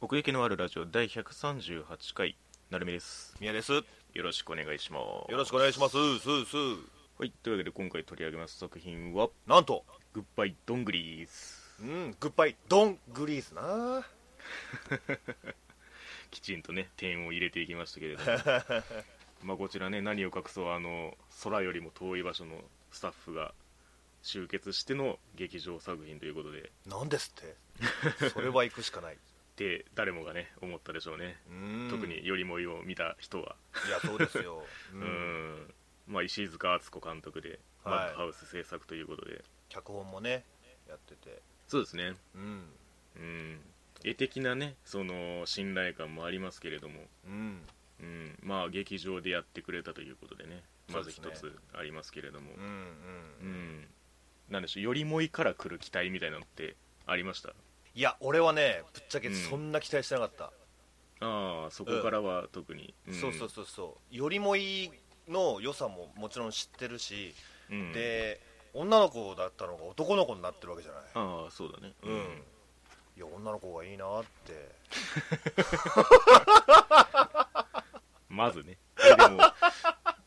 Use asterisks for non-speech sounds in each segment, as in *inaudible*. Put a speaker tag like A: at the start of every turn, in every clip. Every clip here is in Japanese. A: 奥行きのあるラジオ第138回なるみです
B: 宮ですよ
A: よろしくお願いします
B: ろしくお願いしますスースースー
A: はいというわけで今回取り上げます作品は
B: なんと
A: 「グッバイドングリーズ
B: うんグッバイドングリースな」
A: きちんとね点を入れていきましたけれどもまあこちらね何を隠そうあの空よりも遠い場所のスタッフが集結しての劇場作品ということで
B: なんですってそれは行くしかない
A: で誰もがね思ったでしょうね、
B: うん
A: 特に「よりもい」を見た人はい
B: やそうです *laughs* よ、う
A: うんん、まあ、石塚敦子監督で、
B: はい
A: マッドハウス制作ということで
B: 脚本もねやってて
A: そうですね
B: うん
A: うん、絵的なねその信頼感もありますけれども、
B: うん
A: うん、まあ劇場でやってくれたということでねまず一
B: そうですね
A: つありますけれども
B: うんう
A: うんんなんでしょうよりもいから来る期待みたいなのってありました
B: いや俺はねぶっちゃけ
A: うん
B: そんな期待してなかった、
A: ああそこからは特に、ん
B: そうそうそうそうよりもいいの良さももちろん知ってるし、
A: うん
B: で女の子だったのが男の子になってるわけじゃない
A: ああそうだね
B: うん、いや女の子がいいなって
A: まず
B: *laughs*
A: ねえでも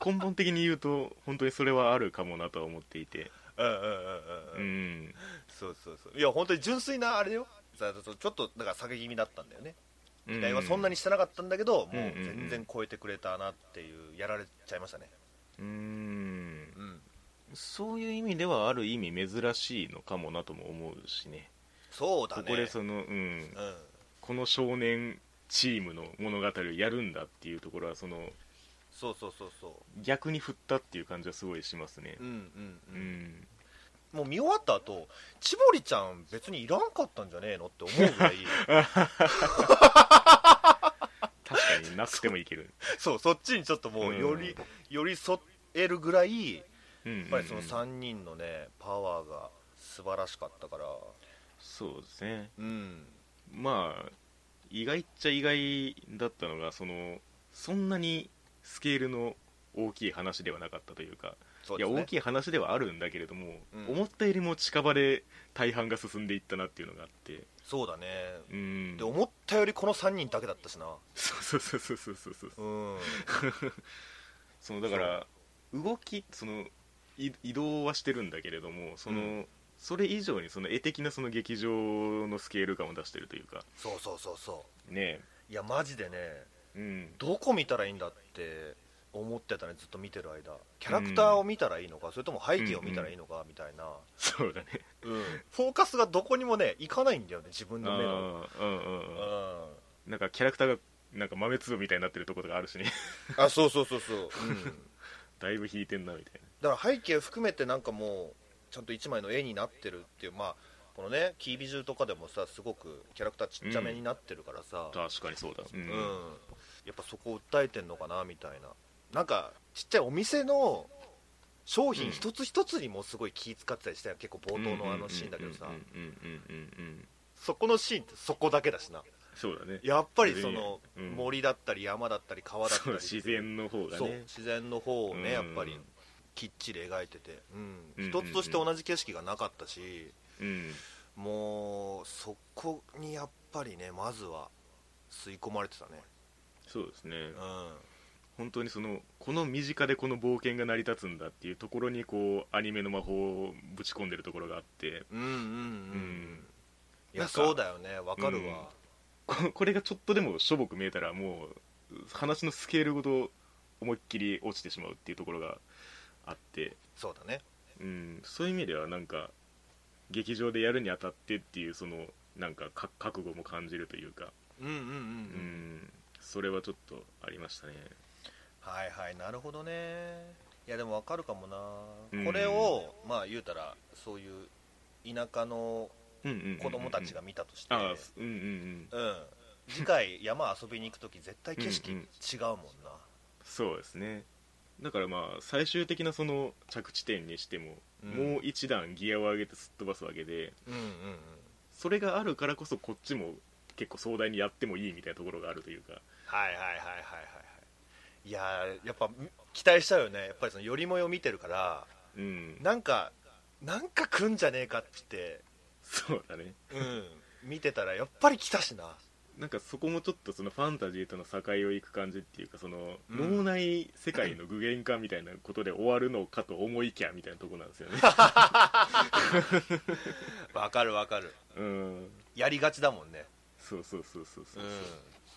A: 根本的に言うと本当にそれはあるかもなとは思っていて
B: うんうんうん
A: う
B: うんうん
A: ん
B: そうそうそういや本当に純粋なあれよさちょっとだから下げ気味だったんだよね
A: 期
B: 期待はそんなにしてなかったんだけど、
A: うん
B: もう
A: うんうん
B: 全然超えてくれたなっていうやられちゃいましたね
A: うん
B: うん
A: そういう意味ではある意味珍しいのかもなとも思うしね
B: そうだ
A: こ
B: ね
A: こでその、うん、
B: うん
A: この少年チームの物語をやるんだっていうところはその
B: そうそうそうそ
A: 逆に振ったっていう感じはすごいしますね
B: ううんうん
A: う
B: うん、
A: ん
B: もう見終わった後千堀ちゃん別にいらんかったんじゃねえのって思う
A: *laughs*
B: ぐらい
A: 確かになくてもいける
B: そうそっちにちょっともうより、
A: うん
B: 寄り添えるぐらい
A: うんうんうん
B: やっ *laughs* ぱりその3人のねパワーが素晴らしかったから
A: そうですね
B: うん
A: まあ意外っちゃ意外だったのがそのそんなにスケールの大きい話ではなかったというか
B: そう
A: い
B: で
A: や
B: すね
A: 大きい話ではあるんだけれども、
B: うん
A: 思ったよりも近場で大半が進んでいったなっていうのがあって
B: そうだね
A: うん
B: で思ったよりこの3人だけだったしな
A: そうそうそうそうそうそうそう
B: うん
A: そのだから動きそのい移動はしてるんだけれどもその、
B: うん
A: それ以上にその絵的なその劇場のスケール感を出してるというか
B: そうそうそうそ
A: ね
B: ういやマジでね
A: えうん
B: どこ見たらいいんだって思ってたねずっと見てる間キャラクターを見たらいいのか、それとも背景を見たらいいのか、みたいな、
A: そうだね
B: うん、フォーカスがどこにもねいかないんだよね自分の目の
A: あーうんう
B: うん
A: うん
B: ん
A: なんかキャラクターがなんか豆粒みたいになってるとことがあるし *laughs* ね
B: あそうそうそうそう、うん
A: だいぶ引いてんなみたい
B: だから背景含めてなんかもうちゃんと一枚の絵になってるっていうまあこのねキービジュとかでもさすごくキャラクターちっちゃめになってるからさ、
A: な確かにそうだうん
B: うんやっぱそこを訴えてんのかなみたいななんかちっちゃいお店の商
A: う
B: 品
A: ん
B: 一つ一つにもすごい気使ってたりして結構冒頭のあのシーンだけどさ
A: うんうんうんうんうんうんうん
B: そこのシーンってそこだけだしな
A: そうだね
B: やっぱりその
A: うん
B: 森だったり山だったり川だった
A: そう
B: り
A: 自然の方が
B: そう
A: ね
B: 自然の方をね、
A: うん
B: やっぱりきっちり描いてて、うん
A: うん
B: 一つとして同じ景色がなかったし、
A: うん
B: もうそこにやっぱりねまずは吸い込まれてたね
A: そうですね、
B: う
A: 本当にそのこの身近でこの冒険が成り立つんだっていうところにこうアニメの魔法をぶち込んでるところがあって
B: んうんうんうん、
A: ん
B: い
A: なん
B: や
A: か
B: そうだよねわかるわ、
A: ここれがちょっとでもしょぼく見えたらもう話のスケールごと思いっきり落ちてしまうっていうところがあって、
B: そうだね
A: うん、そういう意味ではなんか劇場でやるにあたってっていうそのなんかか覚悟も感じるというか、
B: うんうんうん、うん
A: うん、それはちょっとありましたね
B: はいはいなるほどねいやでもわかるかもな、
A: うん
B: これをまあ言うたらそういう田舎の
A: うんうんうんうん
B: 子供たちが見たとして、
A: ああうんうんうん
B: うん次回山遊びに行く時絶対景色
A: う
B: 違
A: ん
B: う
A: うん
B: もんな
A: そうですねだからまあ最終的なその着地点にしても、
B: うん
A: もう一段ギアを上げてすっ飛ばすわけで
B: うんうんうん
A: それがあるからこそこっちも結構壮大にやってもいいみたいなところがあるというか
B: はいはいはいはいはいはいいやーやっぱん期待しちゃうよねやっぱりそのよりもよ見てるから
A: うん
B: なんかなんか来んじゃねえかって
A: そうだね
B: うん見てたらやっぱり来たしな
A: なんかそこもちょっとそのファンタジーとの境をいく感じっていうかその
B: うん
A: 脳内世界の具現化みたいなことで終わるのかと思いきやみたいなとこなんですよね
B: わかるわかる
A: うん
B: やりがちだもんね
A: そうそうそうそうそううん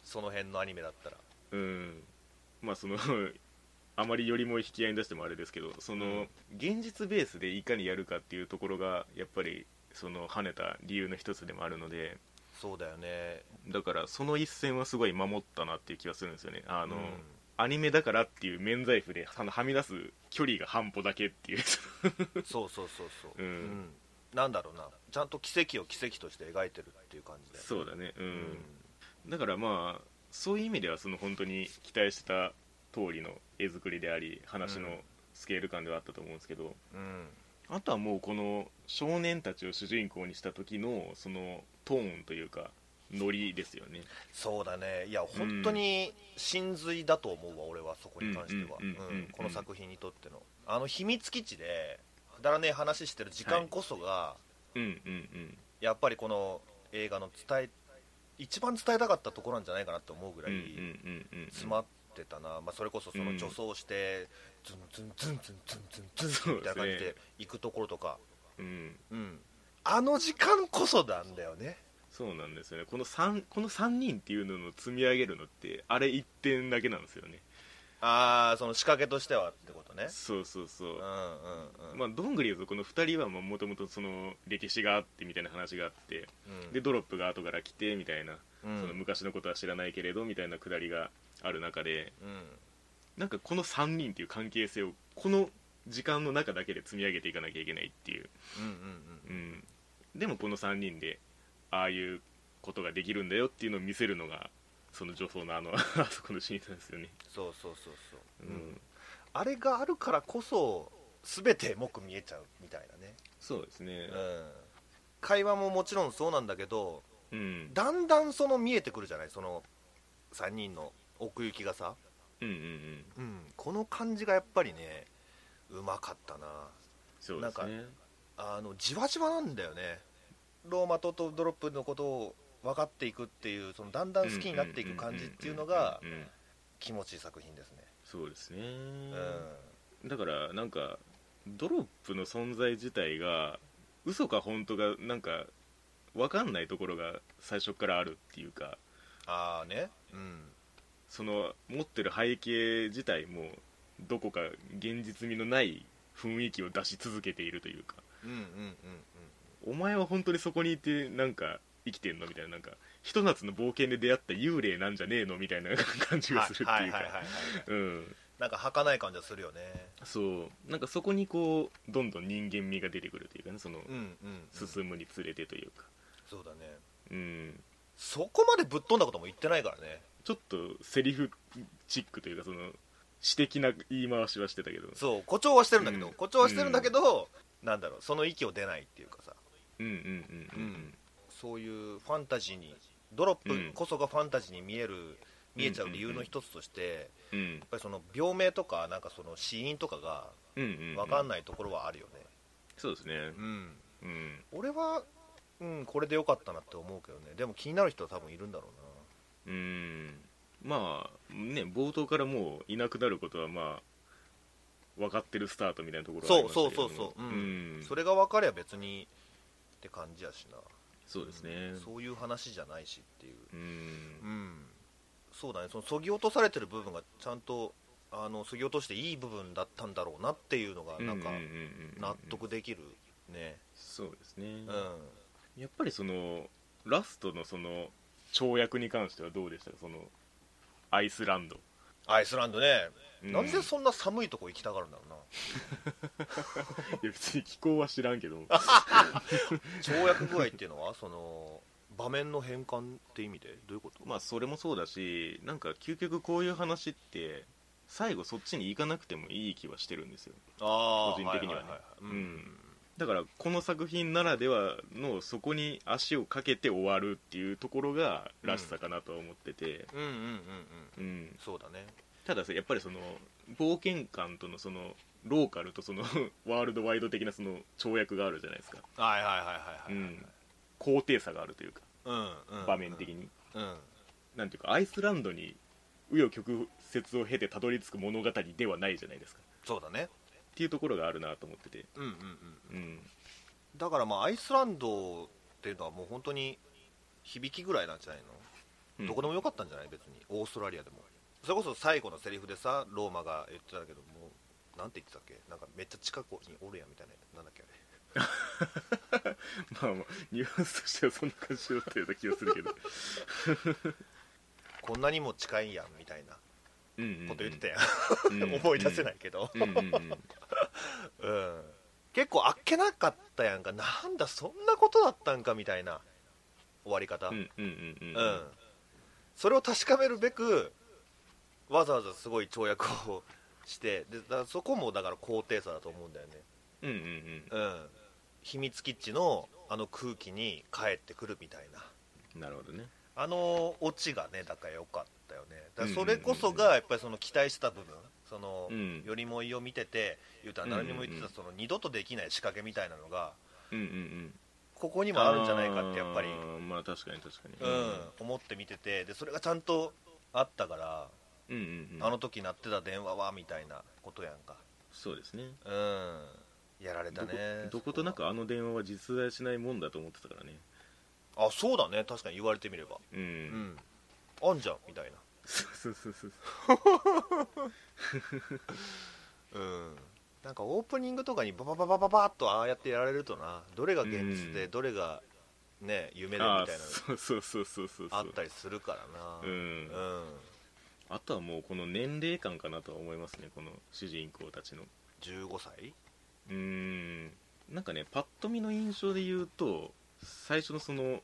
B: その辺のアニメだったら
A: うん、まあその *laughs* あまりよりも引き合いに出してもあれですけどその、
B: うん
A: 現実ベースでいかにやるかっていうところがやっぱりその跳ねた理由の一つでもあるので
B: そうだよね
A: だからその一線はすごい守ったなっていう気がするんですよねあ
B: あ
A: の、アニメだからっていう免罪符でははみ出す距離が半歩だけっていう
B: そうそうそうそ
A: う
B: う、
A: ん
B: なんだろうなちゃんと奇跡を奇跡として描いてるっていう感じで
A: *laughs* そうだねう
B: うん
A: ん、だからまあそういう意味ではその本当に期待してた通りの絵作りであり話
B: う
A: の
B: ん
A: スケール感ではあったと思うんですけど、
B: うん
A: あとはもうこの少年たちを主人公にした時のそのトーンというかノリですよね
B: そうだねいや本当に真髄だと思うわ俺はそこに関しては
A: うんうんうんうん
B: うんこの作品にとってのあの秘密基地でくだらねえ話してる時間こそが、
A: うんうんうん
B: やっぱりこの映画の伝え一番伝えたかったところなんじゃないかなって思うぐら
A: うん
B: い
A: うんうんうん
B: 詰まってたな、まあ、それこそその
A: うん
B: 助走して、ズンズンズンズンズンズンズ
A: そう
B: ンみたいな感じ
A: ですね
B: で行くところとか、
A: うん
B: うん、あの時間こそなんだよね
A: そうなんですよねこの三この三人っていうのの積み上げるのってあれ一点だけなんですよね
B: ああその仕掛けとしてはってことね
A: そうそうそううん
B: うんうん、
A: まあ、どんぐりいうとこの2人はもともとその歴史があってみたいな話があって
B: うん
A: でドロップが後から来てみたいな、
B: うん
A: その昔のことは知らないけれどみたいなくだりがある中で
B: うん
A: なんかこの3人っていう関係性をこの時間の中だけで積み上げていかなきゃいけないっていう、
B: うんうん
A: うん、でもこの3人でああいうことができるんだよっていうのを見せるのがその女装のあ *laughs* のあそこのシーンなんですよね、
B: そうそうそうそう、
A: う
B: うん
A: ん、
B: あれがあるからこそ全てもく見えちゃうみたいなね、
A: そうですね
B: うん、会話ももちろんそうなんだけど
A: うん
B: だんだんその見えてくるじゃないその3人の奥行きがさ、
A: うんうんうん
B: うん、この感じがやっぱりねうまかったな
A: そうですね
B: あのじわじわなんだよねローマととドロップのことを分かっていくっていうそのだんだん好きになっていく感じっていうのが
A: うんうんうんうんうん
B: 気持ちいい作品ですね、
A: そうですね、
B: うん
A: だからなんかドロップの存在自体が嘘か本当かなんか分かんないところが最初からあるっていうか
B: ああねうん
A: その持ってる背景自体もどこか現実味のない雰囲気を出し続けているというか
B: うんうんうんうん
A: お前は本当にそこにいてなんか生きてんのみたいななんかひと夏の冒険で出会った幽霊なんじゃねえのみたいな感じがするっていう
B: はいはいはいは
A: か
B: い
A: うん
B: なんか儚い感じはするよね
A: そうなんかそこにこうどんどん人間味が出てくるというかねその
B: うんうん、
A: 進むにつれてというか、
B: そうだね
A: うん、
B: そこまでぶっ飛んだことも言ってないからね
A: ちょっとセリフチックというかその詩的な言い回しはしてたけど
B: そう誇張はしてるんだけど、
A: うん
B: 誇張はしてるんだけど、なんだろうその息を出ないっていうかさ
A: うんうんうんうんうん
B: そういうファンタジーにドロッ
A: うん
B: プこそがファンタジーに見える、見えちゃう理由の一つとして、やっ
A: うん
B: ぱりその病名とかなんかその死因とかが
A: うんうん
B: 分かん
A: ない
B: ないところはあるよね
A: そうですね
B: うん、
A: うん
B: 俺は、うん、これでよかったなって思うけどねでも気になる人は多分いるんだろ
A: うんまあね冒頭からもういなくなることはまあ分かってるスタートみたいなところはありましたけども
B: そうそうそうそう
A: う
B: うんうな、それが分かれば別にって感じやしな
A: そうですね
B: んそういう話じゃないしっていう
A: うん
B: うん、そうだね、そのそぎ落とされてる部分がちゃんとあのそぎ落としていい部分だったんだろうなっていうのが、なんか
A: ううううんうん
B: 納得できるね、
A: そうですね
B: うん、
A: やっぱりそのラストのその跳躍に関してはどうでしたかそのアイスランド、
B: アイスランドね、
A: う
B: なんでそんな寒いとこ行きたがるんだろうな、
A: いや別に気候は知らんけど
B: 跳躍具合っていうの *laughs* は、その場面の変換って意味で、どういうこと、
A: まあそれもそうだしなんか究極こういう話って最後そっちに行かなくてもいい気はしてるんですよ
B: あ
A: 個人的にはね
B: いいい
A: うんだからこの作品ならではのそこに足をかけて終わるっていうところがらしさかなとは思ってて、
B: うん、うんうんうんうん、
A: うん
B: そうだね、
A: たださやっぱりその冒険感とのそのローカルとその *laughs* ワールドワイド的なその跳躍があるじゃないですか
B: はいはいはいはいはい、
A: うん高低差があるというか
B: うんうんうん
A: 場面的に、
B: うん、
A: なんていうかアイスランドに紆余曲折を経てたどり着く物語ではないじゃないですか
B: そうだね
A: っていうところがあるなと思ってて、
B: うんうんうん
A: うん、
B: だからまあアイスランドっていうのはもう本当に響きぐらいなんじゃないの、
A: うん
B: どこでもよかったんじゃない別にオーストラリアでもそれこそ最後のセリフでさローマが言ってたけどもうなんて言ってたっけなんかめっちゃ近くにおるやんみたいななんだっけあれ
A: *laughs* まあまあニュアンスとしてはそんな感じだったような気がするけど
B: こんなにも近いやんみたいな
A: うんうんうん
B: こと言ってたやん、
A: うん
B: *laughs* 思い出せないけど、
A: うんうん
B: *laughs*
A: うん
B: うん、結構あっけなかったやんかなんだそんなことだったんかみたいな終わり方、
A: うんうんうんうん
B: うんそれを確かめるべくわざわざすごい跳躍をしてでだからそこもだから高低差だと思うんだよね、
A: うんうんうん
B: うん、秘密基地のあの空気に帰ってくるみたいな
A: うんなるほどね
B: あのオチがねだから良かったよねだから
A: うんう
B: そ
A: んうんう
B: れ
A: ん
B: こそがやっぱりその期待した部分その、
A: うん
B: よりもいを見てて言うたら誰にも言って
A: うんうんう
B: た
A: ん
B: その二度とできない仕掛けみたいなのが
A: うんうんうん
B: ここにもあるんじゃないかってやっぱり
A: あーまあ確かに確かに
B: うん、思って見ててでそれがちゃんとあったから、
A: うんうんうん
B: あの時鳴ってた電話はみたいなことやんか
A: そうですね
B: うんやられた
A: どこ
B: ね
A: どことな
B: そ
A: くあの電話は実在しないもんだと思ってたからね
B: こはあそうだね確かに言われてみれば
A: うん、
B: うんあんじゃんみたい
A: そうそうそうそう
B: なうんなんかオープニングとかにババババババッとああやってやられるとなどれが現実で
A: うん
B: どれがね夢でみ
A: あ
B: たいなの
A: ーそうそうそうそうそう
B: あったりするからな
A: うん、
B: うん
A: あとはもうこの年齢感かなとは思いますねこの主人公たちの
B: 15歳
A: うーんなんかねパッと見の印象で言うと最初のその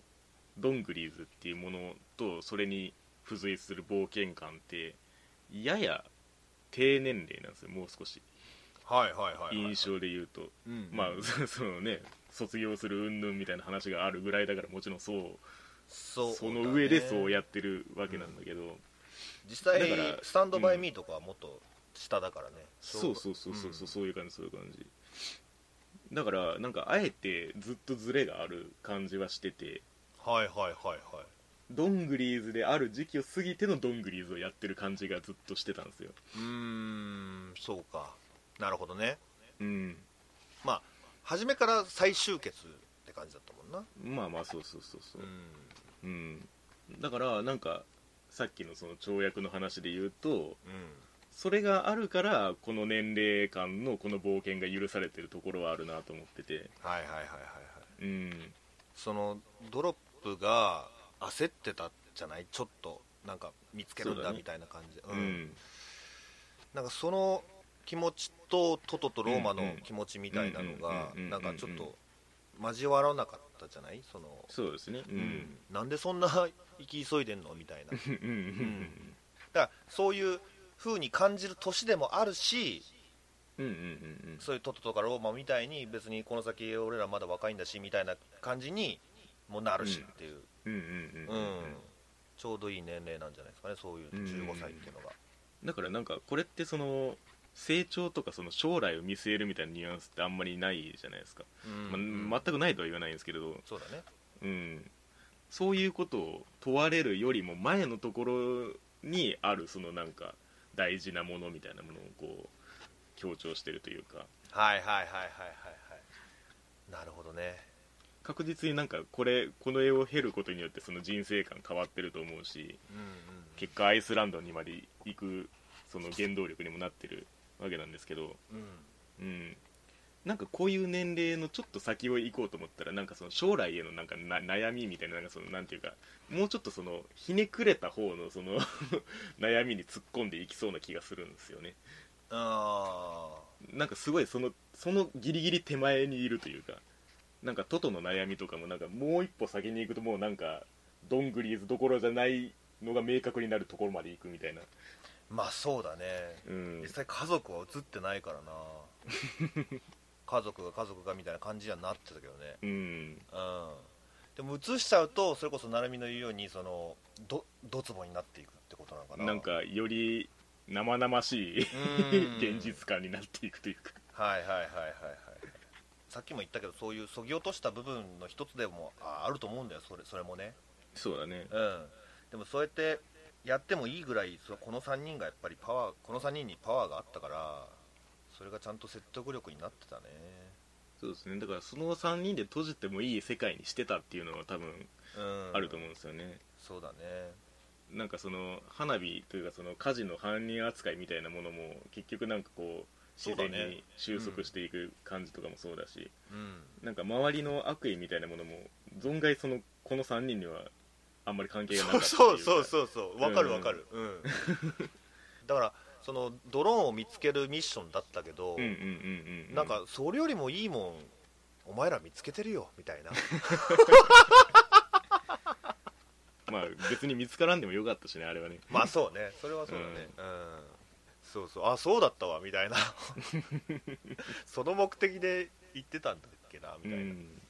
A: ドングリーズっていうものとそれに付随する冒険観ってやや低年齢なんですよもう少し
B: はいはいはい、はい、
A: 印象で言うと、
B: うん
A: まあそそのね卒業する云々みたいな話があるぐらいだからもちろんそう
B: そ
A: その上でそう
B: や
A: やってるわけなんだけど、
B: 実際
A: だから
B: スタンドバイミーとかはもっと下だからね、
A: そうそうそうそうそう、
B: ん
A: そういう感じそういう感じだからなんかあえてずっとズレがある感じはしてて
B: はいはいはいはい
A: ドングリーズである時期を過ぎてのドングリーズをやってる感じがずっとしてたんですよ
B: うーんそうかなるほどね
A: うん
B: 初めから再集結って感じだったもんな
A: まあまあそうそうそうそううんうん、だからなんかさっきのその跳躍の話で言うと
B: うん
A: それがあるからこの年齢間のこの冒険が許されてるところはあるなと思ってて
B: はいはいはいはいはい
A: うん
B: そのドロップが焦ってたじゃないちょっとなんか見つけるん
A: そう
B: だ
A: だね
B: みたいな感じでう、
A: うんん
B: なんかその気持ちとトトとローマの
A: うんうん
B: 気持ちみたいなのが
A: うんうんうんうんうん
B: なんかちょっと交わらなかったじゃないその
A: そうですねう
B: うんんなんでそんな *laughs* 行き急いでんのみたいなだか
A: うんうん
B: らそういう風に感じる年でもあるし
A: うんうんうんうん
B: そういうトトとかローマみたいに別にこの先俺らまだ若いんだしみたいな感じにもなるしっていう、
A: うんうんうん
B: う
A: うんんうん
B: ちょうどいい年齢なんじゃないですかねそういう
A: うん
B: 15歳っていうのが、
A: だからなんかこれってその成長とかその将来を見据えるみたいなニュアンスってあんまりないじゃないですか、
B: うん
A: ま、全くないとは言わないんですけれど、
B: そうだね
A: うん、そういうことを問われるよりも前のところにあるそのなんか大事なものみたいなものをこう強調してるというか
B: はいはいはいはいはいはいなるほどね
A: 確実になんかこれこの絵を経ることによってその人生観変わってると思うし
B: うんうん
A: 結果アイスランドにまで行くその原動力にもなってるわけなんですけど、
B: うん
A: うん、なんかこういう年齢のちょっと先を行こうと思ったらなんかその将来へのなんかな悩みみたいななんかそのなんていうかもうちょっとそのひねくれた方のその *laughs* 悩みに突っ込んでいきそうな気がするんですよね
B: あ
A: なんかすごいそのそのギリギリ手前にいるというかなんかトトの悩みとかもなんかもう一歩先に行くともうなんかどんぐりーずどころじゃないのが明確になるところまで行くみたいな、
B: ーまあそうだね
A: うん
B: 実、際家族は映ってないからな
A: *laughs*
B: 家族が家族がみたいな感じにはなってたけどね
A: うん、
B: うんでも映しちゃうとそれこそ成美の言うようにそのどどつぼになっていくってことなのかな
A: なんかより生々しい
B: うん
A: 現実感になっていくというか
B: はいはいはいはいはいさっきも言ったけどそういうそぎ落とした部分の一つでもああると思うんだよそれそれもね
A: そうだね
B: うんでもそうやってやってもいいぐらいそこの3人がやっぱりパワーこの3人にパワーがあったからそれがちゃんと説得力になってたね
A: そうですねだからその3人で閉じてもいい世界にしてたっていうのは多分
B: うん
A: あると思うんですよね、
B: そうだね
A: なんかその花火というかその火事の犯人扱いみたいなものも結局なんかこう自然
B: そうだね
A: に収束していく感じとかもそうだし
B: うん
A: なんか周りの悪意みたいなものも存外そのこの3人にはあんまり関係がなかったってい
B: そう
A: か
B: そうそうそうわかるわかるうん、 *laughs* だからそのドローンを見つけるミッションだったけど、
A: うんうんうんうん
B: なんかそれよりもいいもんお前ら見つけてるよみたいな
A: まあ別に見つからんでもよかったしねあれはね
B: まあそうねそれはそうだねうん、そうそうあそうだったわみたいな *laughs* その目的で行ってたんだっけなみた
A: う
B: いな、
A: ん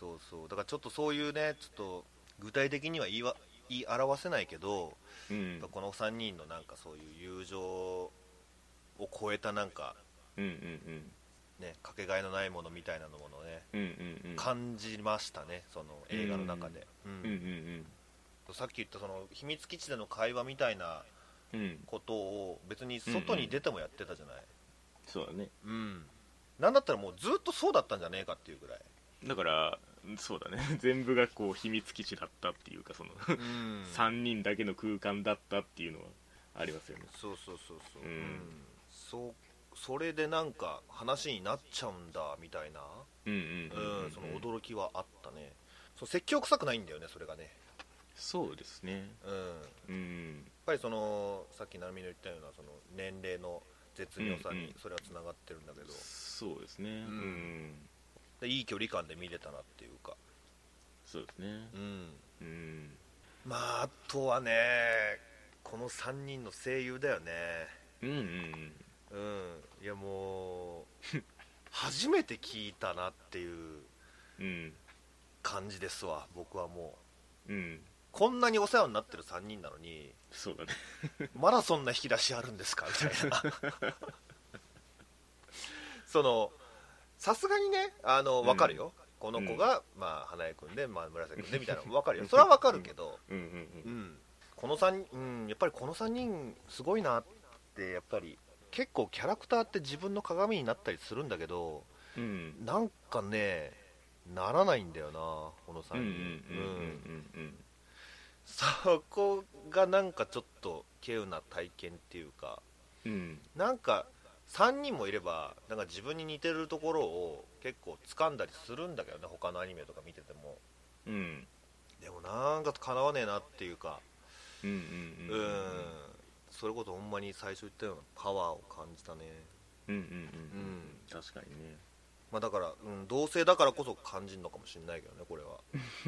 B: そうそうだからちょっとそういうねちょっと具体的には言いわ言い表せないけど、
A: うん
B: この3人のなんかそういう友情を超えたなんか
A: うんうん
B: ねかけがえのないものみたいなのものね
A: うんうんうんうん
B: 感じましたねその映画の中で、
A: うん
B: う
A: うんん
B: さっき言ったその秘密基地での会話みたいな
A: うんうん
B: ことを別に外に出てもやってたじゃない
A: そうだね
B: うん、なんだったらもうずっとそうだったんじゃねえかっていうぐらい、
A: だからそうだね *laughs* 全部がこう秘密基地だったっていうかその
B: うん
A: 3人だけの空間だったっていうのはありますよね
B: そうそうそうそう、
A: うん
B: そうそれでなんか話になっちゃうんだみたいな、
A: うん
B: う
A: うんうんうん
B: んその驚きはあったねそう説教臭くないんだよねそれがね、
A: そうですね
B: うん、やっ
A: うん
B: ぱりそのさっき成美の言ったようなその年齢の絶妙さ
A: うんう
B: に
A: ん
B: それはつながってるんだけど、
A: そうですね
B: うん
A: うん
B: でいい距離感で見れたなっていうか、
A: そうですね
B: うん、
A: うん
B: まああとはねこの3人の声優だよね
A: うんうんうん
B: うんいやもう
A: *laughs*
B: 初めて聞いたなっていう
A: うん
B: 感じですわ僕はもう
A: うん
B: こんなにお世話になってる3人なのに
A: そうだね
B: まだそんな引き出しあるんですかみたいな *laughs* そのさすがにねあの
A: うん
B: 分かるよ、この子が、まあ、花江君で、まあ、紫君でみたいなの分かるよそれは分かるけど、
A: うんうん
B: *laughs* う
A: うん
B: ん、この3うんやっぱりこの3人すごいなってやっぱり結構キャラクターって自分の鏡になったりするんだけど
A: うん
B: なんかねならないんだよなこの3
A: うんうんうん
B: 人
A: うん
B: うん
A: うん
B: そこがなんかちょっと稀有な体験っていうか
A: うんうん
B: なんか3人もいればなんか自分に似てるところを結構掴んだりするんだけどね他のアニメとか見てても
A: うん
B: でもなんかかなわねえなっていうか
A: うんうん
B: うん
A: うん
B: それこそほんまに最初言ったようなパワーを感じたね
A: うんうんうん
B: う
A: うん
B: ん
A: 確かにね
B: まあだから、うん、同性だからこそ感じるのかもしれないけどねこれは *laughs*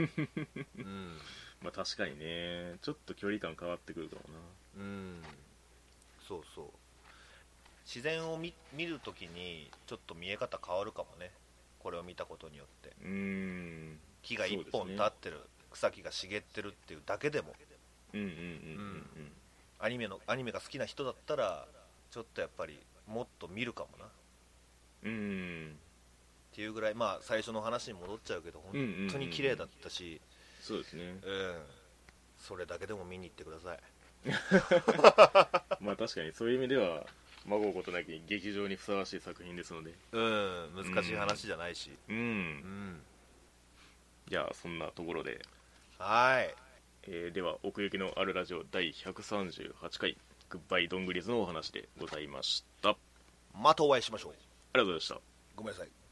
B: うん
A: まあ確かにねちょっと距離感変わってくるかもな
B: うんそうそう自然を見見るときにちょっと見え方変わるかもねこれを見たことによって
A: うん
B: 木が一
A: そう
B: 本
A: です
B: 立
A: ね
B: ってる、草木が茂ってるっていうだけでも
A: うんうん
B: アニメのアニメが好きな人だったらちょっとやっぱりもっと見るかもなっ
A: うんうんうん
B: ていうぐらいまあ最初の話に戻っちゃうけど
A: うんうんうんうん
B: 本当に綺麗だったし
A: そうですね
B: うんそれだけでも見に行ってください
A: まあ確かにそういう意味ではまごうことなき劇場にふさわしい作品ですので
B: うん難しい話じゃないし
A: う
B: うんん
A: じゃあそんなところで
B: はい
A: えーでは奥行きのあるラジオ第138回グッバイどんぐりずのお話でございましたあり
B: またお会いしましょう
A: がとうございました
B: ごめんなさい